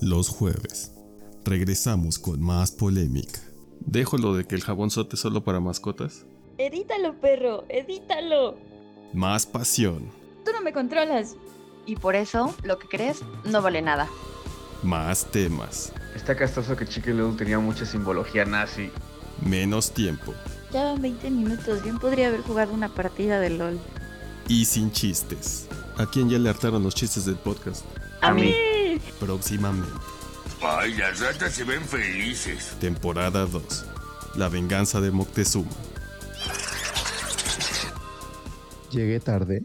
Los jueves. Regresamos con más polémica. Dejo lo de que el jabón sote es solo para mascotas. Edítalo, perro, edítalo. Más pasión. Tú no me controlas. Y por eso, lo que crees no vale nada. Más temas. Está castoso que Chicken Little tenía mucha simbología nazi. Menos tiempo. Ya van 20 minutos, bien podría haber jugado una partida de LOL. Y sin chistes. ¿A quién ya le hartaron los chistes del podcast? A mí. Próximamente. Ay, las ratas se ven felices. Temporada 2. La venganza de Moctezuma. Llegué tarde.